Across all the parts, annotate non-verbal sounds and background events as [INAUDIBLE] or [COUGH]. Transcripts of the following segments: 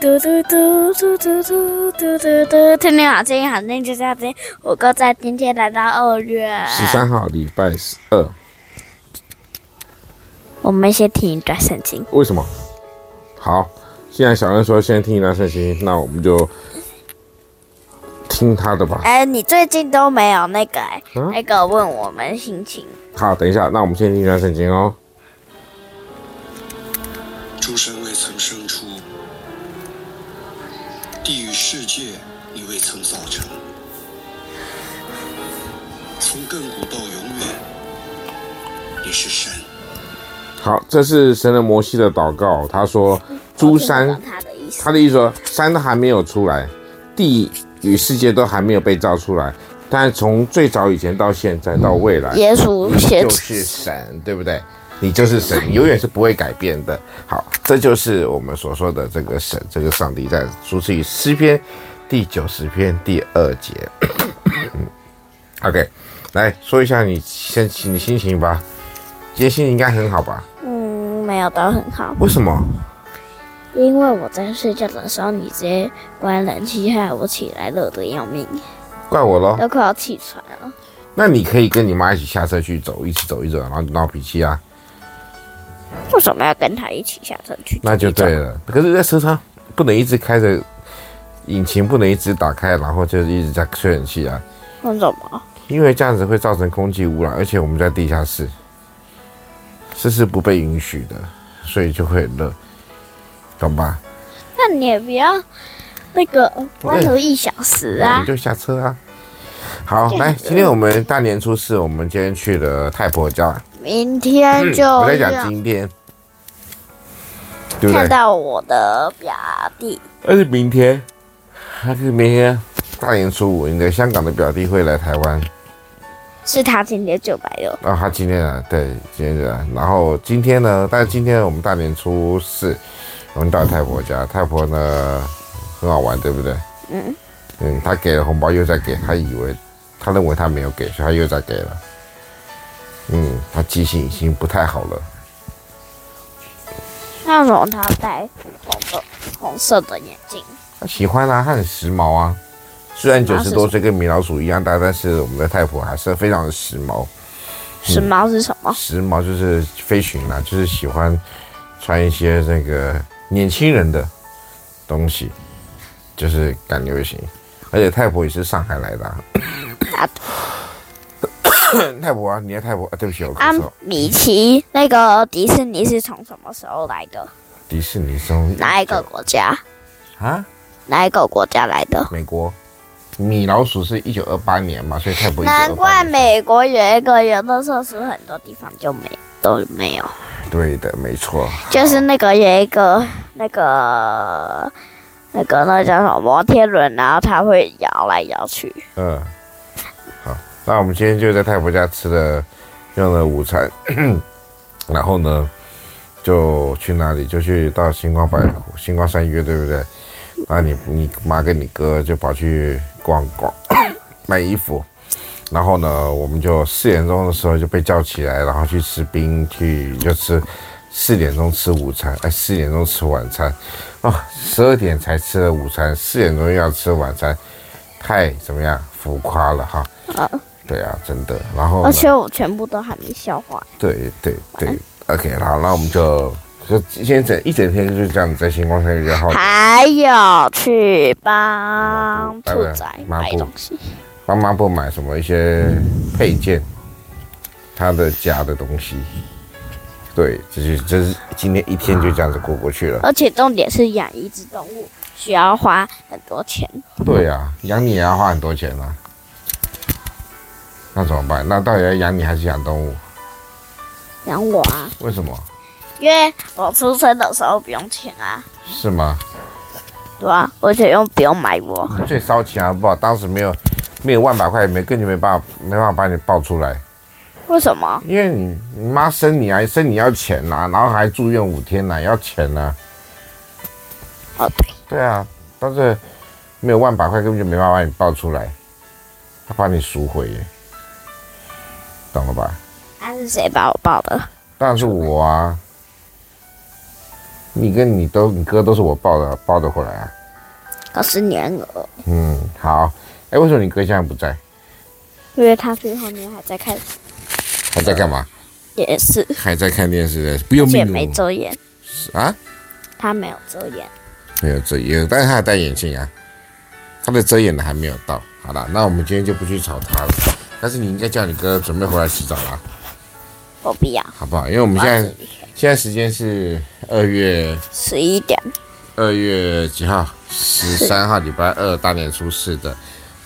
嘟嘟嘟嘟嘟嘟嘟嘟，听啊听好声音，好声音就这样子。我哥在今天来到二月，十三号礼拜二，我们先听一段圣经。为什么？好，既然小恩说先听一段圣经，那我们就听他的吧。哎，你最近都没有那个、哎嗯那个问我们心情。好，等一下，那我们先听一段圣经哦。诸神未曾生出，地与世界你未曾造成，从亘古到永远，你是神。好，这是神的摩西的祷告，他说：“诸我山听不懂他的意思。他的意思说，山都还没有出来，地与世界都还没有被造出来，但从最早以前到现在到未来，耶稣写就是神，对不对？你就是神，你永远是不会改变的。好，这就是我们所说的这个神，这个上帝在出自于诗篇第九十篇第二节。OK，来说一下你先你心情吧，今天心情应该很好吧？嗯，没有都很好，为什么？因为我在睡觉的时候，你直接关冷气，害我起来热得要命，怪我喽？都快要气喘了。那你可以跟你妈一起下车去走，一起走一走，然后就闹脾气啊，为什么要跟他一起下车去？那就对了。可是，在车上不能一直开着引擎，不能一直打开，然后就一直在吹冷气啊，为什么？因为这样子会造成空气污染，而且我们在地下室，这是不被允许的，所以就会很热，懂吧？那你也不要那个关头一小时那啊你。就下车啊。 [LAUGHS] 好，对来，今天我们大年初四，我们今天去了太婆家，明天嗯就我在要讲今天，对不对看？到我的表弟，但是明天，还是明天大年初五，你的香港的表弟会来台湾。是他今天就来了。然后他今天啊，对，今天就来。然后今天呢，但是今天我们大年初四，我们到太婆家，太婆呢很好玩，对不对？嗯嗯，他给了红包又再给，他以为他认为他没有给，所以他又再给了。嗯，他记性已经不太好了。那种他戴红的红色的眼镜，他喜欢啊，他很时髦啊。虽然时髦九是十多岁跟米老鼠一样大，但是我们的太婆还是非常的时髦。时髦是什么？时髦就是飞行啦，就是喜欢穿一些那个年轻人的东西，就是赶流行。而且太婆也是上海来的、啊，太婆啊，你的太婆啊，对不起，我啊咳嗽。，米奇那个迪士尼是从什么时候来的？迪士尼中哪一个国家？啊？哪一个国家来的？美国。米老鼠是一九二八年嘛，所以太婆一九难二八怪年。美国有一个游乐设施，很多地方就没都没有，对的，没错。就是那个有一个那个那个那叫什么天轮，然后它会摇来摇去。嗯，好，那我们今天就在太婆家吃了用了午餐， [COUGHS] 然后呢，就去哪里？就去到星光百星光三月，对不对？那你你妈跟你哥就跑去逛逛 [COUGHS] 买衣服，然后呢，我们就四点钟的时候就被叫起来，然后去吃冰，去就吃四点钟吃午餐，哎，四点钟吃晚餐，哦，十二点才吃了午餐，四点钟又要吃晚餐，太怎么样浮夸了哈？嗯对啊，真的。然后呢而且我全部都还没消化。对对对，OK，好，那我们就就先整一整天就是这样子在星光三月号还有去帮兔仔买东西，帮妈不买什么一些配件，他的家的东西。对，这就这是今天一天就这样子过过去了。而且重点是养一只动物需要花很多钱。对啊，养你也要花很多钱啊。那怎么办？那到底要养你还是养动物？养我啊，为什么？因为我出生的时候不用钱啊，是吗？对啊，而且又不用买我。最烧钱啊好不好？当时没有没有万把块，没根本就没办法没办法把你抱出来。为什么？因为你你妈生你啊，生你要钱呐、然后还住院五天呐、要钱呐、哦，对，对啊，但是没有万把块，根本就没办法把你抱出来，他把你赎回耶，懂了吧？他是谁把我抱的？当然是我啊，你跟你都你哥都是我抱的抱的回来啊。可是年鹅，嗯，好。哎，为什么你哥现在不在？因为他最后面还在看还在干嘛？电视，还在看电视的，不用而且命没遮掩，啊？他没有遮掩。没有遮掩，但是他还戴眼镜啊，他的遮掩的还没有到。好了，那我们今天就不去吵他了。但是你应该叫你哥准备回来洗澡了，我不要，好不好？因为我们现在啊现在时间是二月十一点二月几号？十三号，礼拜二大年初四的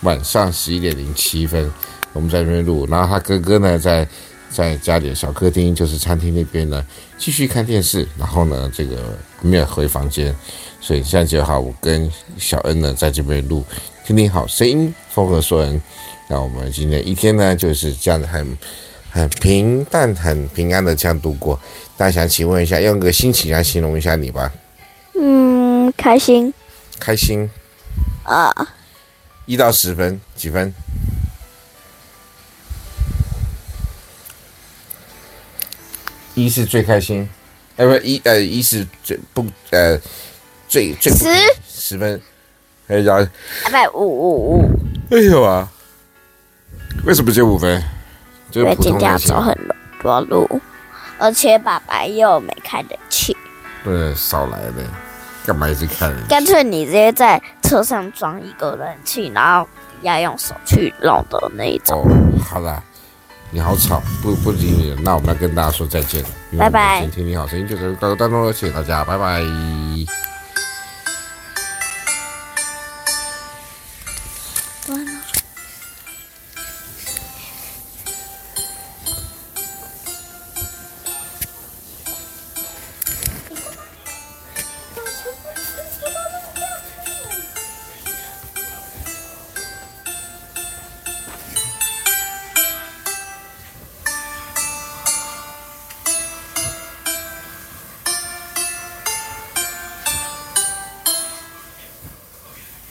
晚上十一点零七分，我们在那边录。然后他哥哥呢，在在家里的小客厅，就是餐厅那边呢，继续看电视。然后呢，这个没有回房间，所以现在就好，我跟小恩呢在这边录，听听好声音，风和说人。那我们今天一天呢，就是这样子很很平淡、很平安的这样度过。那想请问一下，用个心情来形容一下你吧，嗯，开心开心。啊、一到十分，几分？一是最开心，呃不一呃一是最不呃最最不十十分，哎呀，两啊百五五五，为什么？为什么只有五分？就因是为普今通天要的心走很多路，而且爸爸又没开冷气，对，少来的，干嘛一直看人？干脆你直接在车上装一个冷气，然后要用手去弄的那一种。哦，好啦，你好吵，不不理你了。那我们要跟大家说再见了，因为拜拜我们今天听你好声音，就是到到到，谢谢大家，拜拜。